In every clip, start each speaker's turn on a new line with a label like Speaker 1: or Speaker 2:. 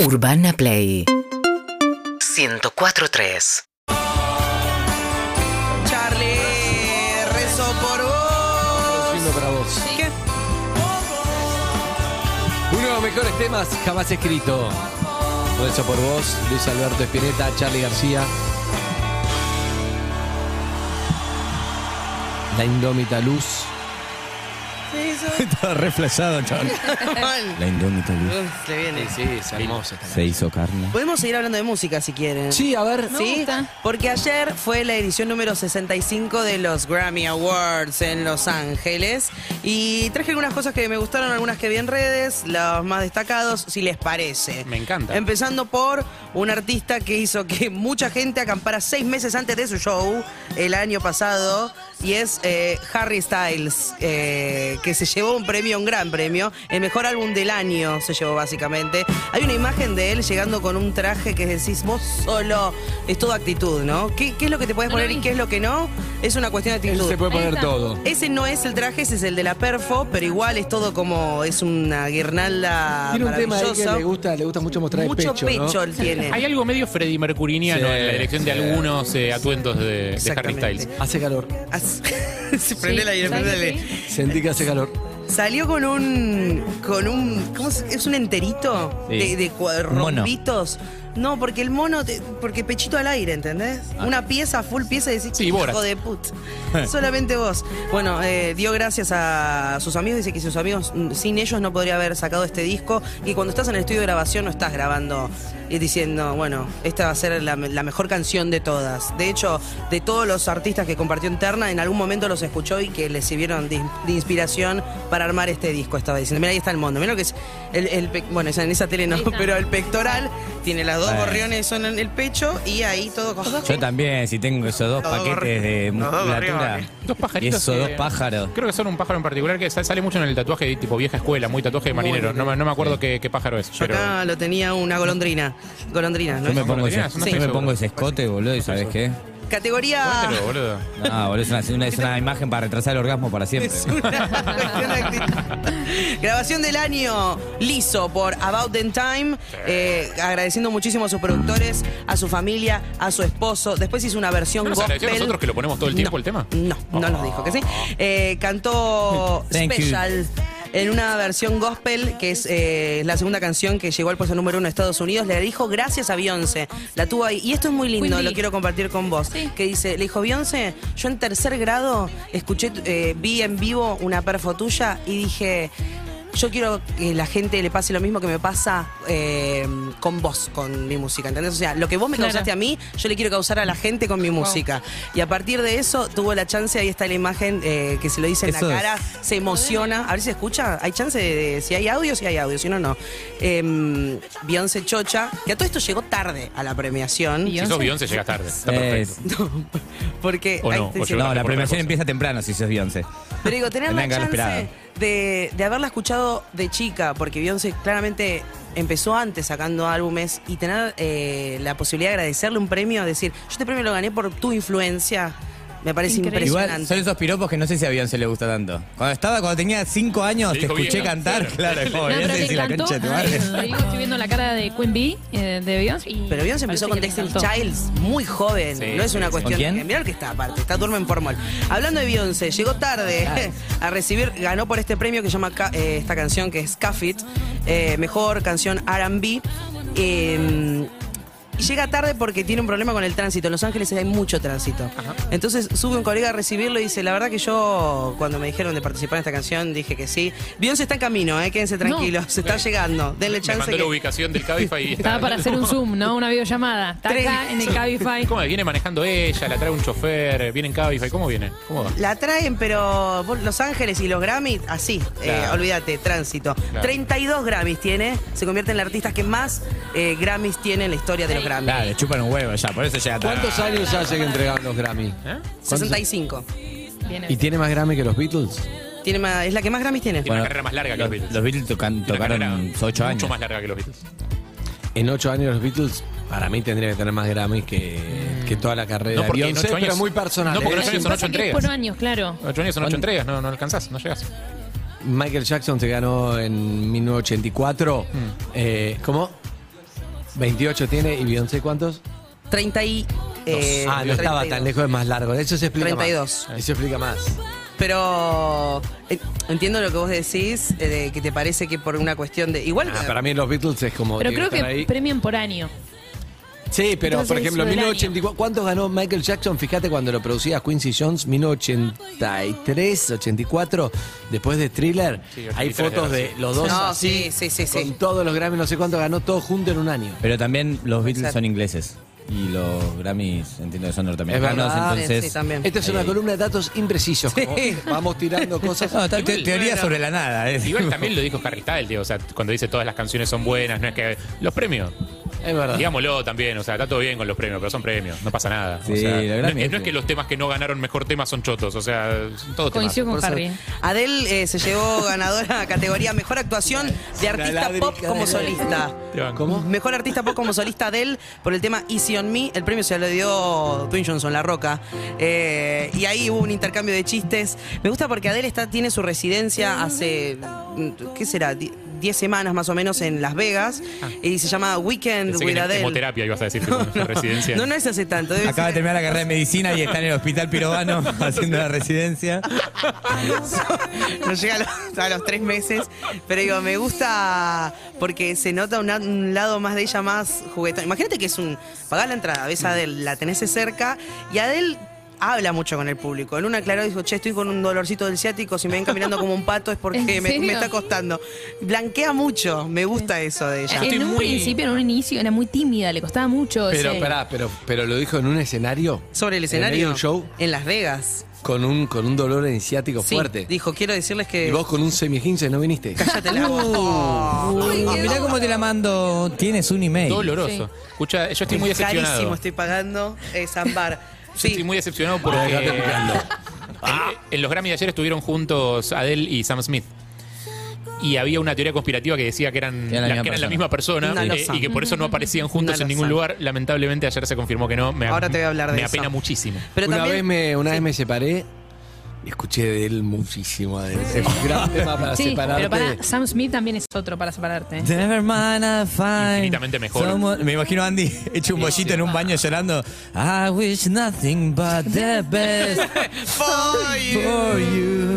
Speaker 1: Urbana Play 104.3
Speaker 2: Charlie, rezo por vos.
Speaker 3: Lindo para vos.
Speaker 2: ¿Qué?
Speaker 3: Uno de los mejores temas jamás escrito. Por eso por vos, Luis Alberto Espineta, Charlie García. La indómita luz.
Speaker 4: Estaba reflejado, chaval. La indómita luz.
Speaker 2: Uf, le viene.
Speaker 3: sí, es hermoso.
Speaker 4: Se hizo carne.
Speaker 2: Podemos seguir hablando de música si quieren.
Speaker 3: Sí, a ver.
Speaker 2: ¿Sí? Porque ayer fue la edición número 65 de los Grammy Awards en Los Ángeles. Y traje algunas cosas que me gustaron, algunas que vi en redes, los más destacados, si les parece.
Speaker 3: Me encanta.
Speaker 2: Empezando por un artista que hizo que mucha gente acampara seis meses antes de su show el año pasado. Y es eh, Harry Styles, eh, que se llevó un premio, un gran premio. El mejor álbum del año se llevó básicamente. Hay una imagen de él llegando con un traje que decís vos solo. Es toda actitud, ¿no? ¿Qué, qué es lo que te puedes poner y qué es lo que no? Es una cuestión de
Speaker 3: Él
Speaker 2: actitud.
Speaker 3: se puede poner todo.
Speaker 2: Ese no es el traje, ese es el de la perfo, pero igual es todo como, es una guirnalda
Speaker 5: Tiene un tema ahí que
Speaker 2: maravillosa.
Speaker 5: le gusta, le gusta mucho mostrar
Speaker 2: Ah, Mucho
Speaker 5: el pecho. ¿no?
Speaker 2: pecho él tiene.
Speaker 6: Hay algo medio Freddy Mercuriniano
Speaker 3: Sí,
Speaker 6: en la dirección de
Speaker 3: sí.
Speaker 6: algunos eh, atuentos de, de Harry
Speaker 2: Exactamente.
Speaker 6: Styles.
Speaker 5: Hace calor.
Speaker 2: As- Sí, prendela ahí,
Speaker 7: ¿sabes
Speaker 2: prendele.
Speaker 7: que sí?
Speaker 5: Sentí que hace calor.
Speaker 2: Salió con un. con un. ¿Cómo se- es? un enterito
Speaker 4: Sí.
Speaker 2: de, de cua-
Speaker 4: Un mono.
Speaker 2: rombitos. No, porque el mono, te- porque pechito al aire, ¿entendés?
Speaker 4: Ah.
Speaker 2: Una pieza, full pieza y decís,
Speaker 6: Sí,
Speaker 2: hijo
Speaker 6: Borat".
Speaker 2: de put. Solamente vos. Bueno, eh, dio gracias a sus amigos, dice que sus amigos, mm, sin ellos no podría haber sacado este disco. Y cuando estás en el estudio de grabación no estás grabando y diciendo, bueno, esta va a ser la, la mejor canción de todas. De hecho, de todos los artistas que compartió en Terna, en algún momento los escuchó y que le sirvieron de, de inspiración para armar este disco, estaba diciendo. Mira, ahí está el mundo. Mira lo que es. El, el pe- bueno, esa- en esa tele no, pero el pectoral tiene las dos
Speaker 4: Bueno.
Speaker 2: gorriones son en el pecho y ahí todo con.
Speaker 4: Yo también, si tengo esos dos
Speaker 2: Los dos
Speaker 4: paquetes de
Speaker 2: gorri- los dos
Speaker 4: musculatura.
Speaker 2: gorriones.
Speaker 6: Dos
Speaker 4: Y
Speaker 6: pajaritos.
Speaker 4: esos
Speaker 6: que-
Speaker 4: dos pájaros.
Speaker 6: Creo que son un pájaro en particular que sa- sale mucho en el tatuaje de tipo vieja escuela, muy tatuaje de
Speaker 2: Muy
Speaker 6: marinero. No, me- no me acuerdo qué, qué pájaro es,
Speaker 2: Yo
Speaker 6: pero
Speaker 2: acá lo tenía una golondrina. Golondrina, ¿no?
Speaker 4: Yo me pongo
Speaker 6: gorriones,
Speaker 4: ese,
Speaker 6: no
Speaker 4: yo
Speaker 6: estoy
Speaker 4: me
Speaker 6: seguro.
Speaker 4: pongo ese escote, boludo, y sabes qué?
Speaker 2: Categoría.
Speaker 6: Póntelo, boludo.
Speaker 4: No, boludo, es una, una- es una imagen para retrasar el orgasmo para siempre.
Speaker 2: Es una cuestión de actitud. Grabación del año liso por About the Time. Eh, agradeciendo muchísimo a sus productores, a su familia, a su esposo. Después hizo una versión
Speaker 6: ¿No nos agradeció a
Speaker 2: gospel.
Speaker 6: nosotros que lo ponemos todo el tiempo
Speaker 2: No,
Speaker 6: el tema?
Speaker 2: No, no nos dijo que sí. Eh, cantó
Speaker 4: Thank you.
Speaker 2: Special. En una versión gospel, que es eh, la segunda canción que llegó al puesto número uno de Estados Unidos, le dijo gracias a Beyoncé. La tuvo ahí. Y esto es muy lindo,
Speaker 7: Queen
Speaker 2: lo
Speaker 7: Bee.
Speaker 2: quiero compartir con vos.
Speaker 7: Sí.
Speaker 2: Que dice, le dijo Beyoncé, yo en tercer grado escuché, eh, vi en vivo una perfo tuya y dije, yo quiero que la gente le pase lo mismo que me pasa eh, con vos, con mi música, ¿entendés? O sea, lo que vos me
Speaker 7: Claro.
Speaker 2: causaste a mí, yo le quiero causar a la gente con mi música. Y a partir de eso tuvo la chance, ahí está la imagen eh, que se lo dice en la
Speaker 4: Eso es.
Speaker 2: cara, se emociona. A ver si se escucha. Hay chance de, de- si hay audio, si hay audio, si no, no. Em, Beyoncé Chocha, que a todo esto llegó tarde a la premiación.
Speaker 6: Si sos Beyoncé llegas tarde. Está perfecto.
Speaker 4: Es-
Speaker 2: Porque.
Speaker 6: O
Speaker 2: ay,
Speaker 6: no,
Speaker 2: te-
Speaker 6: o yo-
Speaker 4: no, la
Speaker 6: Por otra cosa.
Speaker 4: premiación empieza temprano si sos Beyoncé.
Speaker 2: Pero digo, tener la
Speaker 4: Tendrían que haber
Speaker 2: chance
Speaker 4: esperado.
Speaker 2: de, de haberla escuchado de chica, porque Beyoncé claramente empezó antes sacando álbumes y tener eh, la posibilidad de agradecerle un premio, decir, yo este premio lo gané por tu influencia, me parece
Speaker 7: Increíble.
Speaker 4: Igual son
Speaker 2: impresionante.
Speaker 4: esos piropos que no sé si a Beyoncé le gusta tanto. Cuando estaba, cuando tenía 5 años,
Speaker 6: Le
Speaker 4: te
Speaker 6: dijo
Speaker 4: escuché
Speaker 6: bien,
Speaker 4: cantar, claro, es como
Speaker 7: No, pero
Speaker 4: Beyoncé
Speaker 7: le
Speaker 4: decís, la
Speaker 7: encantó.
Speaker 4: concha de
Speaker 7: Ay,
Speaker 4: tu madre.
Speaker 7: Te digo, estoy viendo la cara de Queen Bee, eh, de Beyoncé. y
Speaker 2: Pero Beyoncé
Speaker 7: parece
Speaker 2: empezó
Speaker 7: que
Speaker 2: con
Speaker 7: le
Speaker 2: Dexter
Speaker 7: encantó.
Speaker 2: Childs, muy joven,
Speaker 6: Sí,
Speaker 2: no es
Speaker 6: sí,
Speaker 2: una
Speaker 6: sí.
Speaker 2: cuestión...
Speaker 4: ¿Con quién?
Speaker 2: Mirá lo que está aparte, está durmo en formal. Hablando de Beyoncé, llegó tarde a recibir, ganó por este premio que llama ca- eh, esta canción, que es Cuff It, eh, mejor canción R&B. eh, Y llega tarde porque tiene un problema con el tránsito. En Los Ángeles hay mucho tránsito. Entonces sube un colega a recibirlo y dice, la verdad que yo cuando me dijeron de participar en esta canción dije que sí. Beyoncé está en camino, eh, quédense tranquilos, se está llegando, denle
Speaker 6: Me
Speaker 2: chance.
Speaker 6: mandó la
Speaker 2: que-
Speaker 6: ubicación del Cabify y está-
Speaker 7: Estaba para hacer un Zoom, ¿no? Una videollamada. Está
Speaker 2: Tres.
Speaker 7: acá en el Cabify.
Speaker 6: ¿Cómo viene manejando ella? ¿La trae un chofer? ¿Viene en Cabify? ¿Cómo viene? ¿Cómo va?
Speaker 2: La traen, pero vos, Los Ángeles y los Grammys, así, eh,
Speaker 6: Claro.
Speaker 2: olvídate, tránsito.
Speaker 6: Claro.
Speaker 2: 32 Grammys tiene, se convierte en la artista que más eh, Grammys tiene en la historia de los Grammys.
Speaker 4: Claro, le chupan un huevo ya, por eso llega tarde.
Speaker 5: ¿Cuántos años hace que entregaron los Grammy?
Speaker 6: ¿Eh?
Speaker 2: 65.
Speaker 7: Viene.
Speaker 5: ¿Y tiene más Grammy que los Beatles?
Speaker 2: Tiene más- es la que más Grammys tiene.
Speaker 6: Tiene una carrera más larga que los
Speaker 4: Los,
Speaker 6: Beatles.
Speaker 4: los Beatles tocan-
Speaker 6: Tiene una
Speaker 4: tocaron
Speaker 6: carrera
Speaker 4: 8 años.
Speaker 6: Mucho más larga que los Beatles.
Speaker 5: En ocho años los Beatles, para mí tendría que tener más Grammys que, que toda la carrera
Speaker 6: No,
Speaker 5: de
Speaker 6: porque en
Speaker 5: Beyoncé,
Speaker 6: ocho años-
Speaker 5: pero muy personal.
Speaker 6: No, porque en
Speaker 5: ¿eh?
Speaker 6: ocho
Speaker 5: Sí.
Speaker 6: años son
Speaker 7: Pasa que es
Speaker 6: entregas.
Speaker 7: por años, claro.
Speaker 6: 8 años son 8 entregas, no, no alcanzás, no llegás. Mm.
Speaker 5: Michael Jackson se ganó en 1984. eh, ¿Cómo? 28 tiene y Beyoncé cuántos?
Speaker 2: 30 y... eh,
Speaker 5: ah, no estaba
Speaker 2: 32.
Speaker 5: tan lejos, es más largo. Eso se explica
Speaker 2: 32.
Speaker 5: más. Eso explica más.
Speaker 2: Pero eh, entiendo lo que vos decís, eh, de que te parece que por una cuestión de... Igual...
Speaker 5: Ah,
Speaker 2: eh,
Speaker 5: para mí los Beatles es como...
Speaker 7: Pero
Speaker 5: tiene
Speaker 7: creo que
Speaker 5: estar ahí.
Speaker 7: premian por año.
Speaker 5: Sí, pero
Speaker 7: Entonces,
Speaker 5: por ejemplo,
Speaker 7: eso del
Speaker 5: 1984, ¿cuánto ganó Michael Jackson? Fíjate cuando lo producía Quincy Jones, 1983, 84, después de Thriller.
Speaker 6: Sí,
Speaker 5: hay
Speaker 6: 83
Speaker 5: fotos
Speaker 6: era
Speaker 5: de
Speaker 6: así.
Speaker 5: los dos
Speaker 2: No,
Speaker 5: así,
Speaker 2: sí, sí, sí,
Speaker 5: con
Speaker 2: sí.
Speaker 5: todos los Grammys, no sé cuánto ganó todo junto en un año.
Speaker 4: Pero también los Beatles
Speaker 2: ser.
Speaker 4: son ingleses. Y los Grammys, entiendo que son norteamericanos.
Speaker 5: Es verdad.
Speaker 4: entonces,
Speaker 2: Sí, sí, también.
Speaker 5: Esta es una
Speaker 4: Ahí.
Speaker 5: columna de datos imprecisos. como vamos tirando cosas.
Speaker 4: No, está- te- teoría
Speaker 6: Bueno.
Speaker 4: sobre la nada. eh.
Speaker 6: Igual también lo dijo Harry Styles, tío. O sea, cuando dice todas las canciones son buenas, no es que. Los premios.
Speaker 5: es
Speaker 4: Ah.
Speaker 5: verdad.
Speaker 6: Digámoslo también, o sea, está todo bien con los premios, pero son premios, no pasa nada. O
Speaker 4: Sí,
Speaker 6: sea,
Speaker 4: la verdad
Speaker 6: no, es-
Speaker 4: es
Speaker 6: no es
Speaker 4: que-
Speaker 6: que los temas que no ganaron mejor tema son chotos, o sea, son todos temas.
Speaker 7: Coincido con
Speaker 2: por
Speaker 7: Harry.
Speaker 2: eso. Adele eh, se llevó ganadora a categoría Mejor Actuación de Artista
Speaker 5: ladrica
Speaker 2: Pop
Speaker 5: de
Speaker 2: como
Speaker 5: la-
Speaker 2: solista.
Speaker 5: ¿Cómo?
Speaker 2: Mejor artista pop como solista Adele por el tema Easy on Me. El premio se lo dio Dwayne Johnson, La Roca. Eh, y ahí hubo un intercambio de chistes. Me gusta porque Adele está, tiene su residencia hace, mm, ¿qué será? Die- 10 semanas más o menos en Las Vegas. Y se llama Weekend
Speaker 6: Ah. Pensé que
Speaker 2: with
Speaker 6: era
Speaker 2: Adele.
Speaker 6: hemoterapia ibas a decir tipo, una residencia.
Speaker 2: No, no es hace tanto. debe
Speaker 4: Acaba de
Speaker 2: ser-
Speaker 4: terminar la carrera de medicina y está en el hospital pirobano haciendo la residencia.
Speaker 2: no llega a los, a los tres meses. Pero digo, me gusta porque se nota una- un lado más de ella más juguetón. Imagínate que es un. Pagás la entrada, ves a Adel, la tenés cerca y Adel. Habla mucho con el público. En una aclaró y dijo, che, estoy con un dolorcito del ciático, si me ven caminando como un pato es
Speaker 7: ¿En
Speaker 2: porque me,
Speaker 7: serio?
Speaker 2: me está costando. Blanquea mucho, me gusta eso de ella.
Speaker 6: estoy
Speaker 7: en un
Speaker 6: muy-
Speaker 7: principio, en un inicio, era muy tímida, le costaba mucho.
Speaker 5: Pero,
Speaker 7: ese-
Speaker 5: pará, pero, pero lo dijo en un escenario.
Speaker 2: Sobre el
Speaker 5: en medio
Speaker 2: escenario.
Speaker 5: de un show
Speaker 2: En Las Vegas.
Speaker 5: con un, con un dolor en ciático
Speaker 2: Sí,
Speaker 5: fuerte.
Speaker 2: Dijo, quiero decirles que.
Speaker 5: Y vos Uh. con un semi-15 no viniste.
Speaker 2: Cállate la boca.
Speaker 4: Ah, mirá cómo te la mando. Tienes un email.
Speaker 6: Doloroso. Escucha, yo estoy muy
Speaker 2: Carísimo
Speaker 6: decepcionado.
Speaker 2: estoy pagando eh, Zambar.
Speaker 6: Yo estoy muy decepcionado porque.
Speaker 5: Ah.
Speaker 6: en, en los Grammy de ayer estuvieron juntos Adele y Sam Smith. Y había una teoría conspirativa que decía que eran,
Speaker 4: Que eran la
Speaker 6: la,
Speaker 4: misma
Speaker 6: que eran la
Speaker 4: persona.
Speaker 6: misma persona
Speaker 2: Una
Speaker 6: eh,
Speaker 2: losa.
Speaker 6: y que por eso no aparecían juntos
Speaker 2: Una losa.
Speaker 6: en ningún lugar. Lamentablemente ayer se confirmó que no. Me,
Speaker 2: Ahora te voy a hablar de
Speaker 6: me
Speaker 2: eso.
Speaker 6: apena muchísimo.
Speaker 2: Pero
Speaker 5: una
Speaker 2: también
Speaker 5: vez me, una vez me separé y escuché de él muchísimo. de él. Es un gran tema para
Speaker 7: Sí,
Speaker 5: separarte.
Speaker 7: pero para Sam Smith también es otro para separarte. ¿eh?
Speaker 4: Never mind, I find
Speaker 6: Infinitamente mejor.
Speaker 4: someone- Me imagino a Andy hecho un bollito en un baño llorando. I wish nothing but the best for you.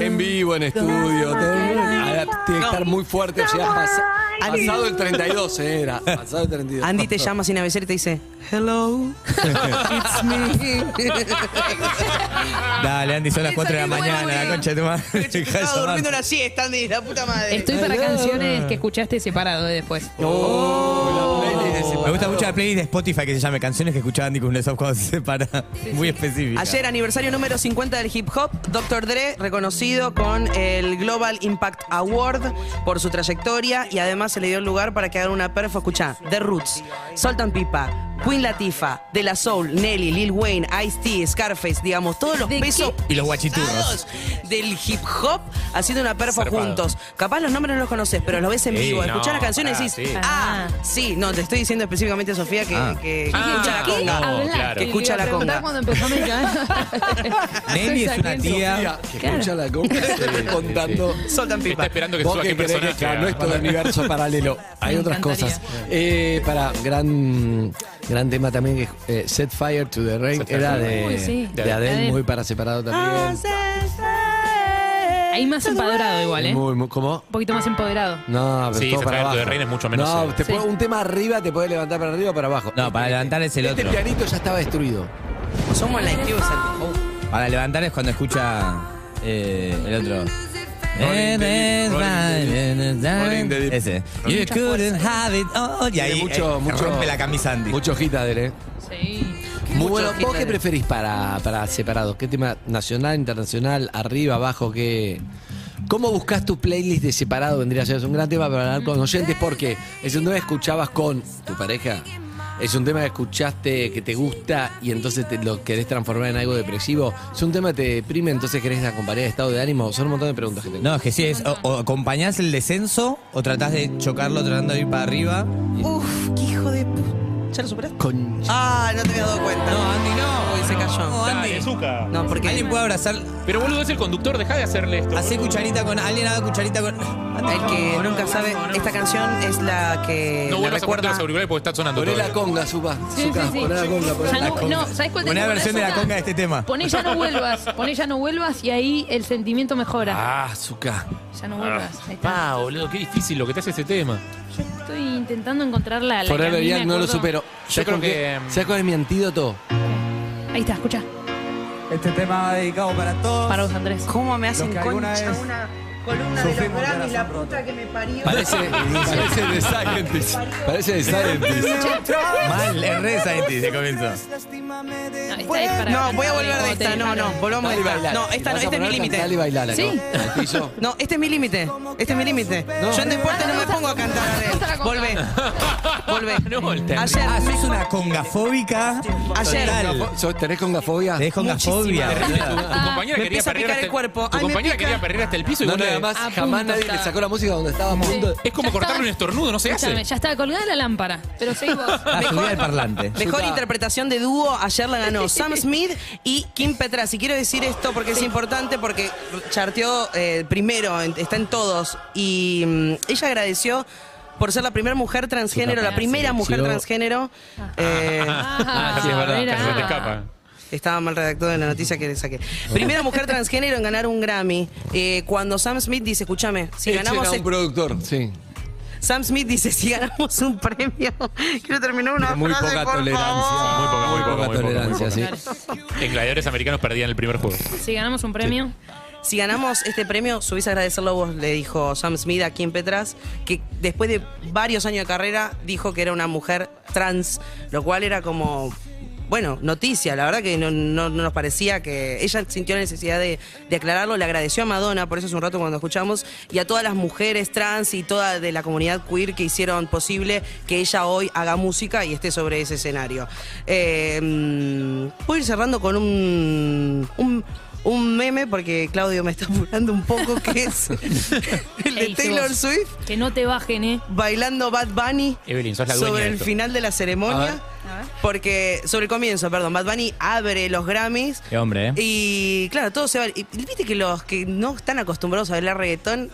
Speaker 5: En vivo, en estudio. todo. Ahora Tiene que estar muy fuerte. O sea, pasa-
Speaker 2: Andy.
Speaker 5: pasado el 32 eh, era. Pasado el 32.
Speaker 2: Andy te llama sin avisar y te dice, hello, it's me.
Speaker 4: Dale, Andy, son las 4 de la
Speaker 2: Bueno,
Speaker 4: mañana,
Speaker 2: bueno.
Speaker 4: la concha de tu madre. Deja de
Speaker 2: Estaba
Speaker 4: llamar.
Speaker 2: durmiendo una siesta, Andy, la puta madre.
Speaker 7: Estoy para canciones que escuchaste separado de después.
Speaker 5: Oh,
Speaker 4: Me gusta mucho la playlist de Spotify que se llama Canciones que escuchaba Andy Kuznetsov cuando se separa. Muy específica.
Speaker 2: Ayer, aniversario número 50 del hip hop, Dr. Dre, reconocido con el Global Impact Award por su trayectoria y además se le dio el lugar para que hagan una perfo. Escuchá, The Roots, Sultan Pipa, Queen Latifah, De La Soul, Nelly, Lil Wayne, Ice-T, Scarface, digamos, todos los
Speaker 7: ¿De
Speaker 2: pesos
Speaker 4: Y los guachiturros.
Speaker 2: pesados del hip hop haciendo una perfo
Speaker 6: Zarpado.
Speaker 2: juntos. Capaz los nombres no los conoces, pero los ves en
Speaker 6: Sí,
Speaker 2: vivo,
Speaker 6: no,
Speaker 2: escuchás las canciones y
Speaker 6: pará,
Speaker 2: decís,
Speaker 6: sí.
Speaker 2: ah, sí, no, te estoy diciendo específicamente, Sofía, que, que- que
Speaker 6: Ah,
Speaker 2: escucha la
Speaker 6: ¿qué?
Speaker 2: conga.
Speaker 6: No,
Speaker 7: Hablaste,
Speaker 6: claro.
Speaker 7: le
Speaker 2: Escucha
Speaker 7: iba a
Speaker 2: la conga.
Speaker 7: preguntar cuando empezó a mencionar.
Speaker 4: Nelly es una tía.
Speaker 5: Que escucha la copa. estoy contando.
Speaker 2: Sultan
Speaker 6: Está
Speaker 2: Pipa.
Speaker 6: esperando que
Speaker 5: Vos
Speaker 6: suba
Speaker 5: que
Speaker 6: qué
Speaker 5: querés
Speaker 6: personaje.
Speaker 5: que acá no es todo universo paralelo. Hay
Speaker 7: Me
Speaker 5: otras
Speaker 7: encantaría.
Speaker 5: cosas. Eh, para, gran, gran tema también que eh, Set Fire to the Rain
Speaker 6: Set Fire
Speaker 5: era
Speaker 6: to the
Speaker 5: de,
Speaker 7: Rain. Uy, sí.
Speaker 5: de Adele,
Speaker 7: Adele.
Speaker 5: muy para separado
Speaker 6: Ah,
Speaker 5: también.
Speaker 7: Ahí más empoderado igual, ¿eh? Un
Speaker 5: Muy, muy, ¿Cómo?
Speaker 7: poquito más empoderado.
Speaker 5: No, pero
Speaker 6: Sí,
Speaker 5: todo para
Speaker 6: Set Fire to the
Speaker 5: abajo.
Speaker 6: Rain es mucho menos,
Speaker 5: No,
Speaker 6: eh.
Speaker 5: te
Speaker 7: Sí.
Speaker 5: puede- un tema arriba te puede levantar para arriba o para abajo.
Speaker 4: No, para levantar es el
Speaker 5: Este
Speaker 4: otro.
Speaker 5: pianito ya estaba destruido.
Speaker 2: Somos la Infuser.
Speaker 4: Para levantar es cuando escucha eh, el otro.
Speaker 5: Rolling the Deep, Rolling the Deep, Rolling the Deep.
Speaker 4: Ese. You couldn't have it all. Y
Speaker 5: Tiene
Speaker 4: ahí
Speaker 5: mucho-
Speaker 4: eh,
Speaker 5: mucho-
Speaker 4: rompe la camisa Andy.
Speaker 5: Mucho hit Adele, ¿eh?
Speaker 7: Sí.
Speaker 5: Muy
Speaker 2: Mucho
Speaker 5: bueno,
Speaker 2: hit
Speaker 5: ¿vos qué
Speaker 2: Adele.
Speaker 5: preferís para, para separado? ¿Qué tema nacional, internacional, arriba, abajo? ¿Qué? ¿Cómo buscas tu playlist de separado? Vendría a ser es un gran tema para hablar con oyentes porque es un tema que escuchabas con tu pareja. Es un tema que escuchaste que te gusta y entonces te lo querés transformar en algo depresivo. Es un tema que te deprime, entonces querés acompañar el estado de ánimo. Son un montón de preguntas que tengo.
Speaker 4: No, es que sí, es o, o acompañás el descenso o tratás de chocarlo tratando de ir para arriba.
Speaker 2: Uf, qué hijo de puta. ¿Ya lo superaste?
Speaker 5: Con...
Speaker 2: Ah, no te habías dado cuenta.
Speaker 4: No, Andy, no.
Speaker 2: Uy, se cayó.
Speaker 4: No, Andy.
Speaker 1: Dale, Zucca.
Speaker 2: No, porque.
Speaker 4: ¿Alguien puede abrazar?
Speaker 6: Pero boludo, es el conductor, deja de hacerle esto.
Speaker 4: Hacer
Speaker 6: boludo.
Speaker 4: cucharita con. ¿Alguien haga cucharita con.? Andy.
Speaker 2: El que nunca sabe, esta canción es la que
Speaker 6: No
Speaker 2: le
Speaker 6: vuelvas a ponerte
Speaker 2: Eh, recuerda.
Speaker 6: los auriculares porque está sonando
Speaker 5: Poné
Speaker 6: todo.
Speaker 5: la conga, suba.
Speaker 7: Sí, sí, sí.
Speaker 5: Poné la conga. poné
Speaker 7: Ya
Speaker 5: la
Speaker 7: no,
Speaker 5: conga.
Speaker 7: no, ¿sabés cuál te
Speaker 4: Una
Speaker 7: digo?
Speaker 4: versión de la conga de este tema.
Speaker 7: Poné ya no vuelvas, poné ya no vuelvas y ahí el sentimiento mejora.
Speaker 5: Ah, Zucca.
Speaker 7: Ya no vuelvas. Ahí está.
Speaker 6: Pa, boludo, qué difícil lo que te hace ese tema.
Speaker 7: Estoy intentando encontrar la. la que a
Speaker 5: Forever
Speaker 7: mí me
Speaker 5: Young no lo
Speaker 7: acuerdo.
Speaker 5: supero. ¿Sabés
Speaker 6: creo
Speaker 5: con qué?
Speaker 6: que-
Speaker 5: ¿Sabés cuál es mi antídoto?
Speaker 7: Ahí está, escucha.
Speaker 8: Este tema va dedicado para todos.
Speaker 7: Para vos, Andrés.
Speaker 2: ¿Cómo me hacen
Speaker 8: Los que alguna
Speaker 2: concha
Speaker 8: vez
Speaker 2: una columna de los
Speaker 8: sufrimos de
Speaker 2: Grammys,
Speaker 8: la
Speaker 2: la puta que me parió?
Speaker 5: Parece, parece de Scientist. Parece de Scientist.
Speaker 4: Mal, es re scientist de comienzo.
Speaker 7: No, esta es para
Speaker 2: No, voy a volver de
Speaker 7: cantarle,
Speaker 2: esta, no,
Speaker 7: para-
Speaker 2: no, volvamos de
Speaker 5: Dale,
Speaker 2: esta.
Speaker 5: bailala.
Speaker 2: No, esta no,
Speaker 5: Vas a
Speaker 2: este es mi
Speaker 5: poner, cantala y
Speaker 2: límite.
Speaker 5: bailala,
Speaker 7: Sí.
Speaker 5: ¿no? Al piso.
Speaker 2: No, este es mi límite. Este es mi límite. Yo en deporte no me pongo a cantar a
Speaker 7: Canta la conga.
Speaker 2: Volvé.
Speaker 6: No, el
Speaker 2: Volvé.
Speaker 6: tema.
Speaker 2: Ayer.
Speaker 4: Ah, sos una congafóbica.
Speaker 2: Ayer.
Speaker 4: Total.
Speaker 5: ¿Sos- ¿Tenés congafobia?
Speaker 4: Te des congafobia.
Speaker 6: Tu compañera
Speaker 2: Me
Speaker 6: quería
Speaker 2: empieza a
Speaker 6: perder
Speaker 2: picar
Speaker 6: hasta
Speaker 2: el cuerpo.
Speaker 6: Tu
Speaker 2: Ay, me
Speaker 6: compañera
Speaker 2: pica.
Speaker 6: quería perder hasta el piso y
Speaker 5: No,
Speaker 6: vos le-
Speaker 5: nada más.
Speaker 7: A
Speaker 5: Jamás
Speaker 7: punto
Speaker 5: nadie
Speaker 7: está.
Speaker 5: le sacó la música donde estábamos.
Speaker 7: Sí.
Speaker 5: juntos.
Speaker 6: Es como
Speaker 7: Ya
Speaker 6: cortarle
Speaker 7: está.
Speaker 6: un estornudo, no se
Speaker 7: Escúchame,
Speaker 6: hace.
Speaker 7: ya está colgada la lámpara, pero seguí vos.
Speaker 4: Ah, subí al parlante.
Speaker 2: Mejor interpretación de dúo, ayer la ganó Sam Smith y Kim Petras. Y quiero decir esto porque es importante, porque charteó eh, primero, en- está en todos. Y mm, ella agradeció por ser la primera mujer transgénero, la primera mujer transgénero. Eh,
Speaker 7: Ah,
Speaker 6: sí, es verdad,
Speaker 7: mirá.
Speaker 6: que se te escapa.
Speaker 2: Estaba mal redactado en la noticia que le saqué. Primera mujer transgénero en ganar un Grammy. Eh, cuando Sam Smith dice, escúchame, si
Speaker 5: Echen
Speaker 2: ganamos
Speaker 5: a un
Speaker 2: el
Speaker 5: productor. Sí.
Speaker 2: Sam Smith dice, si ganamos un premio, quiero terminar una
Speaker 5: Muy
Speaker 2: frase,
Speaker 5: poca
Speaker 2: por favor.
Speaker 5: tolerancia.
Speaker 6: Muy poca, muy poca, muy
Speaker 5: Poca
Speaker 6: poca, muy
Speaker 5: tolerancia,
Speaker 6: poca.
Speaker 5: sí.
Speaker 6: En gladiadores americanos perdían el primer juego.
Speaker 7: Si ganamos un premio,
Speaker 2: Si ganamos este premio, subís a agradecerlo vos, le dijo Sam Smith a Kim Petras, que después de varios años de carrera dijo que era una mujer trans, lo cual era como, bueno, noticia. La verdad que no, no- no nos parecía que. Ella sintió la necesidad de, de aclararlo, le agradeció a Madonna, por eso hace un rato cuando escuchamos, y a todas las mujeres trans y toda de la comunidad queer que hicieron posible que ella hoy haga música y esté sobre ese escenario. Eh, mm, puedo ir cerrando con un- un un meme, porque Claudio me está apurando un poco, que es el de
Speaker 7: Ey,
Speaker 2: Taylor
Speaker 7: vos.
Speaker 2: Swift
Speaker 7: que no te bajen, ¿eh?
Speaker 2: bailando Bad Bunny
Speaker 6: Evelyn, sos la dueña
Speaker 2: sobre
Speaker 6: de
Speaker 2: el
Speaker 6: esto.
Speaker 2: final de la ceremonia. Porque sobre el comienzo, perdón, Bad Bunny abre los Grammys.
Speaker 4: Qué hombre, ¿eh?
Speaker 2: Y claro, todos se van. Y viste que los que no están acostumbrados a bailar reggaetón,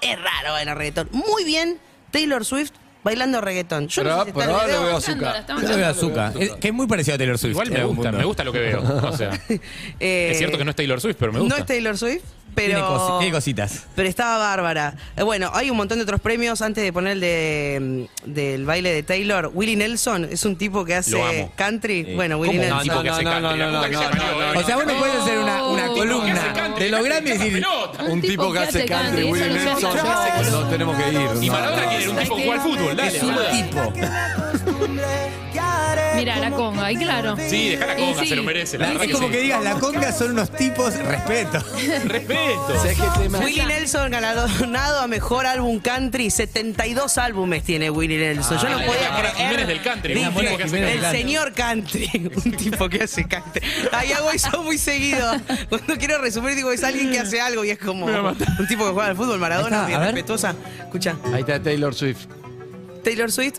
Speaker 2: es raro bailar reggaetón. Muy bien, Taylor Swift bailando reggaetón. Yo
Speaker 5: Pero
Speaker 2: no sé si está
Speaker 5: pero
Speaker 2: el
Speaker 5: ahora
Speaker 2: video.
Speaker 5: lo veo
Speaker 7: Cantándola,
Speaker 5: azúcar.
Speaker 7: estamos
Speaker 4: Yo le veo
Speaker 7: cantando.
Speaker 4: azúcar. Es- que es muy parecido a Taylor Swift.
Speaker 6: Igual
Speaker 4: en
Speaker 6: me
Speaker 4: algún
Speaker 6: gusta,
Speaker 4: punto.
Speaker 6: me gusta lo que veo. O sea,
Speaker 2: Eh,
Speaker 6: es cierto que no es Taylor Swift, pero me gusta.
Speaker 2: No es Taylor Swift,
Speaker 4: Tiene, cosi-
Speaker 2: pero.
Speaker 4: tiene cositas.
Speaker 2: Pero estaba bárbara. Eh, bueno, hay un montón de otros premios. Antes de poner el de, mm, del baile de Taylor, Willie Nelson es un tipo que
Speaker 6: Lo
Speaker 2: hace
Speaker 6: amo. Eh,
Speaker 2: country. Bueno, Willie Nelson.
Speaker 6: ¿Cómo? Un tipo que hace
Speaker 5: No, no,
Speaker 6: country, la
Speaker 5: no,
Speaker 6: puta que
Speaker 5: no,
Speaker 6: se parió,
Speaker 5: no,
Speaker 6: Evelyn.
Speaker 5: no.
Speaker 4: O sea, vos no podés hacer una, una
Speaker 7: Un tipo
Speaker 6: que hace
Speaker 4: columna
Speaker 6: country,
Speaker 4: de los Grammys y decir.
Speaker 6: Pelota.
Speaker 5: Un tipo que hace country,
Speaker 7: eso
Speaker 5: Willie
Speaker 7: lo sé
Speaker 5: Nelson.
Speaker 7: hacer.
Speaker 5: Nos tenemos que ir.
Speaker 6: Y
Speaker 5: no,
Speaker 6: Maradona quiere un tipo que juega al fútbol, dale.
Speaker 4: Es un
Speaker 6: boludo.
Speaker 4: tipo.
Speaker 7: Mira, la conga, y claro.
Speaker 6: Sí, dejá la
Speaker 7: Y
Speaker 6: conga,
Speaker 7: sí.
Speaker 6: se lo merece. La
Speaker 4: La-
Speaker 6: verdad
Speaker 4: es como que
Speaker 6: sí.
Speaker 4: digas, la conga son unos tipos, respeto.
Speaker 6: Respeto.
Speaker 5: ¿Sabés qué tema?
Speaker 2: Willie Nelson ganado a mejor álbum country. 72 álbumes tiene Willie Nelson. Yo no
Speaker 6: Ah,
Speaker 2: podía
Speaker 6: era Mora Jiménez
Speaker 2: creer.
Speaker 6: del country,
Speaker 2: Dije,
Speaker 6: un tipo que hace
Speaker 4: Jiménez
Speaker 2: el
Speaker 4: del country".
Speaker 2: señor country. Un tipo que hace country. Ahí hago eso muy seguido. Cuando quiero resumir, digo, es alguien que hace algo y es como un tipo que juega al fútbol, Maradona,
Speaker 4: Ahí está,
Speaker 2: bien
Speaker 4: a ver.
Speaker 2: respetuosa. Escucha.
Speaker 5: Ahí está Taylor Swift.
Speaker 2: Taylor Swift.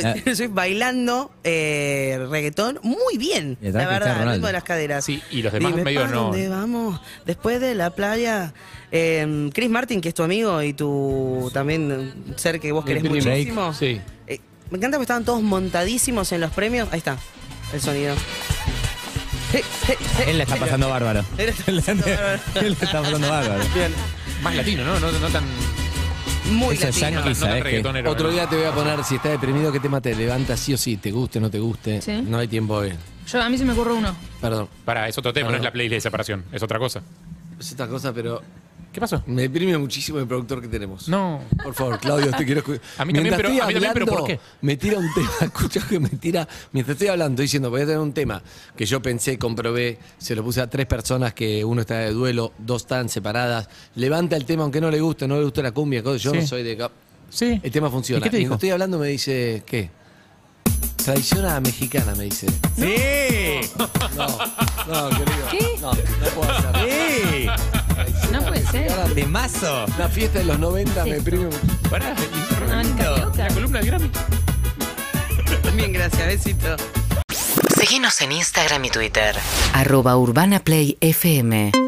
Speaker 2: Taylor Swift bailando eh, reggaetón muy bien,
Speaker 4: Y atrás
Speaker 2: la verdad,
Speaker 4: Cristiano
Speaker 2: el ritmo
Speaker 4: Ronaldo.
Speaker 2: de las caderas.
Speaker 6: Sí, y los demás
Speaker 2: Dime,
Speaker 6: medio
Speaker 2: ¿pa'
Speaker 6: no.
Speaker 2: dónde vamos? Después de la playa, eh, Chris Martin, que es tu amigo y tu también eh, ser que vos querés
Speaker 5: Billy Drake,
Speaker 2: muchísimo.
Speaker 5: sí.
Speaker 2: Eh, me encanta porque estaban todos montadísimos en los premios. Ahí está, el sonido. Je, je, je.
Speaker 4: Él la está pasando bárbaro.
Speaker 2: Él
Speaker 4: Él
Speaker 2: está pasando bárbaro.
Speaker 4: la está pasando bárbaro.
Speaker 6: Más latino, ¿no? No, no tan,
Speaker 2: Muy
Speaker 4: Eso es
Speaker 2: latino.
Speaker 6: no
Speaker 4: yankee.
Speaker 6: tan
Speaker 4: sabés que
Speaker 6: reggaetonero.
Speaker 5: Otro
Speaker 6: ¿no?
Speaker 5: día te voy a poner, si estás deprimido, qué tema te levanta, sí o sí, te guste, no te guste.
Speaker 7: Sí.
Speaker 5: No hay tiempo hoy.
Speaker 7: Yo, a mí se me ocurre uno.
Speaker 5: Perdón.
Speaker 6: Pará, es otro tema, no es la playlist de separación, es otra cosa.
Speaker 5: Es otra cosa, pero
Speaker 6: ¿Qué pasó?
Speaker 5: me deprime muchísimo el productor que tenemos.
Speaker 6: No.
Speaker 5: Por favor, Claudio, te quiero escuchar.
Speaker 6: A mí también, pero-
Speaker 5: estoy
Speaker 6: a mí también, pero ¿por
Speaker 5: hablando, Me tira un tema, escucha que me tira. Mientras estoy hablando, diciendo, voy a tener un tema que yo pensé, comprobé, se lo puse a tres personas que uno está de duelo, dos están separadas. Levanta el tema, aunque no le guste, no le guste la cumbia, cosas, yo
Speaker 6: Sí.
Speaker 5: no soy de.
Speaker 6: Sí.
Speaker 5: El tema funciona.
Speaker 6: ¿Y qué te dijo?
Speaker 5: Mientras estoy hablando, me dice, ¿qué? Tradición a la mexicana, me dice.
Speaker 4: ¡Sí!
Speaker 5: No, no, querido.
Speaker 7: ¿Qué?
Speaker 5: No, no puedo hacer.
Speaker 4: ¡Sí!
Speaker 7: No puede ser.
Speaker 4: ¡De mazo!
Speaker 5: La fiesta de los 90 me deprime mucho.
Speaker 7: Ah,
Speaker 6: Pará,
Speaker 7: No, el carioca.
Speaker 6: la columna de Grammy.
Speaker 2: también, gracias. Besito.
Speaker 1: Síguenos en Instagram y Twitter.
Speaker 9: arroba urbanaplayfm